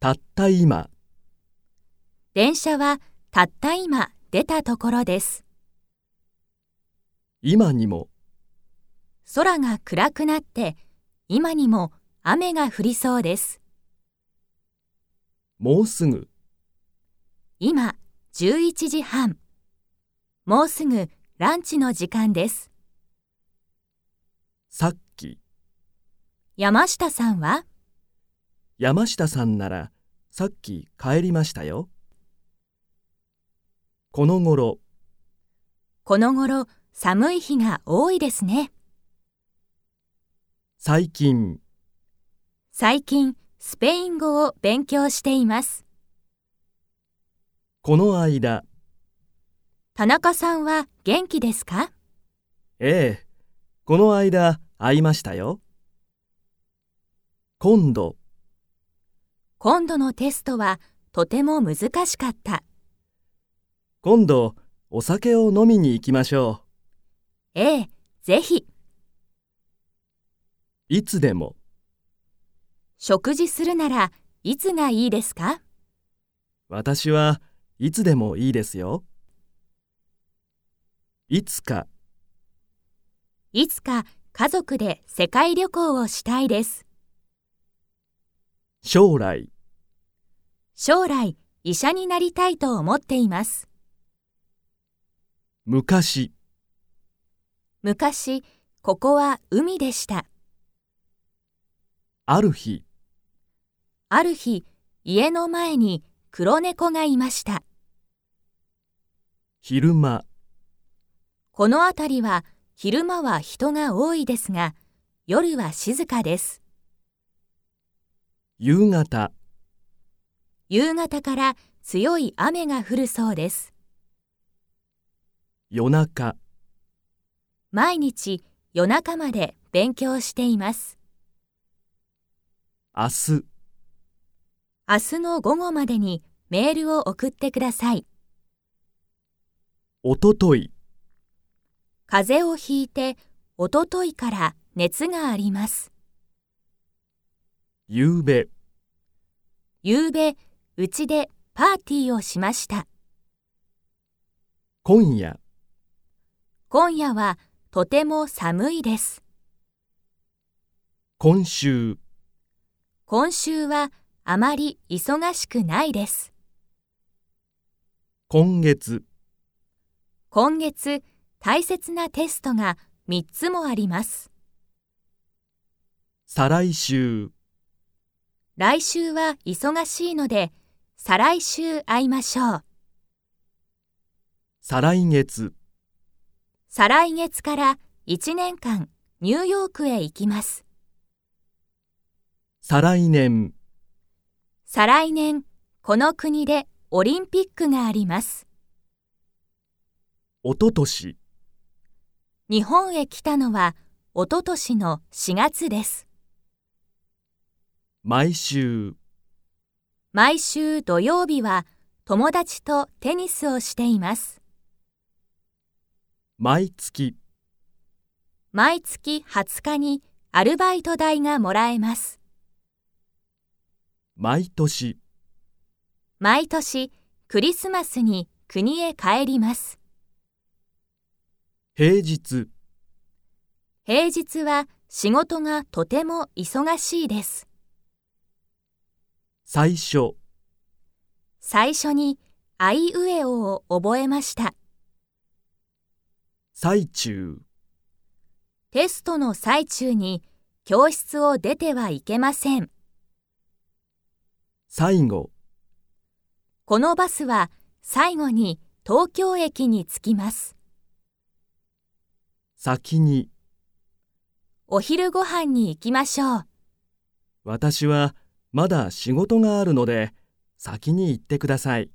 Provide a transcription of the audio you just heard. たった今、電車はたった今出たところです。今にも、空が暗くなって今にも雨が降りそうです。もうすぐ、今11時半。もうすぐランチの時間です。さっき、山下さんは山下さんなら、さっき帰りましたよ。この頃、この頃寒い日が多いですね。最近、最近スペイン語を勉強しています。この間、田中さんは元気ですかええ、この間会いましたよ。今度、今度のテストはとても難しかった。今度、お酒を飲みに行きましょええ、ぜひう。いつでも、食事するならいつがいいですか私はいつでもいいですよ。いつか、いつか家族で世界旅行をしたいです。将来、将来医者になりたいと思っています。昔、昔、ここは海でした。ある日、ある日、家の前に黒猫がいました。昼間、この辺りは昼間は人が多いですが、夜は静かです。夕方、夕方から強い雨が降るそうです。夜中、毎日夜中まで勉強しています。明日、明日の午後までにメールを送ってください。おととい、風邪をひいて、おとといから熱があります。夕べ、夕べ、うちでパーティーをしました。今夜、今夜はとても寒いです。今週、今週はあまり忙しくないです。今月、今月、大切なテストが3つもあります。再来週、来週は忙しいので、再来週会いましょう。再来月、再来月から1年間ニューヨークへ行きます。再来年、再来年、この国でオリンピックがあります。おととし、日本へ来たのはおととしの4月です。毎週、毎週土曜日は友達とテニスをしています。毎月、毎月20日にアルバイト代がもらえます。毎年、毎年クリスマスに国へ帰ります。平日、平日は仕事がとても忙しいです。最初、最初にあいうえおを覚えました。最中、テストの最中に教室を出てはいけません。最後、このバスは最後に東京駅に着きます。先に、お昼ご飯に行きましょう。私はまだ仕事があるので、先に行ってください。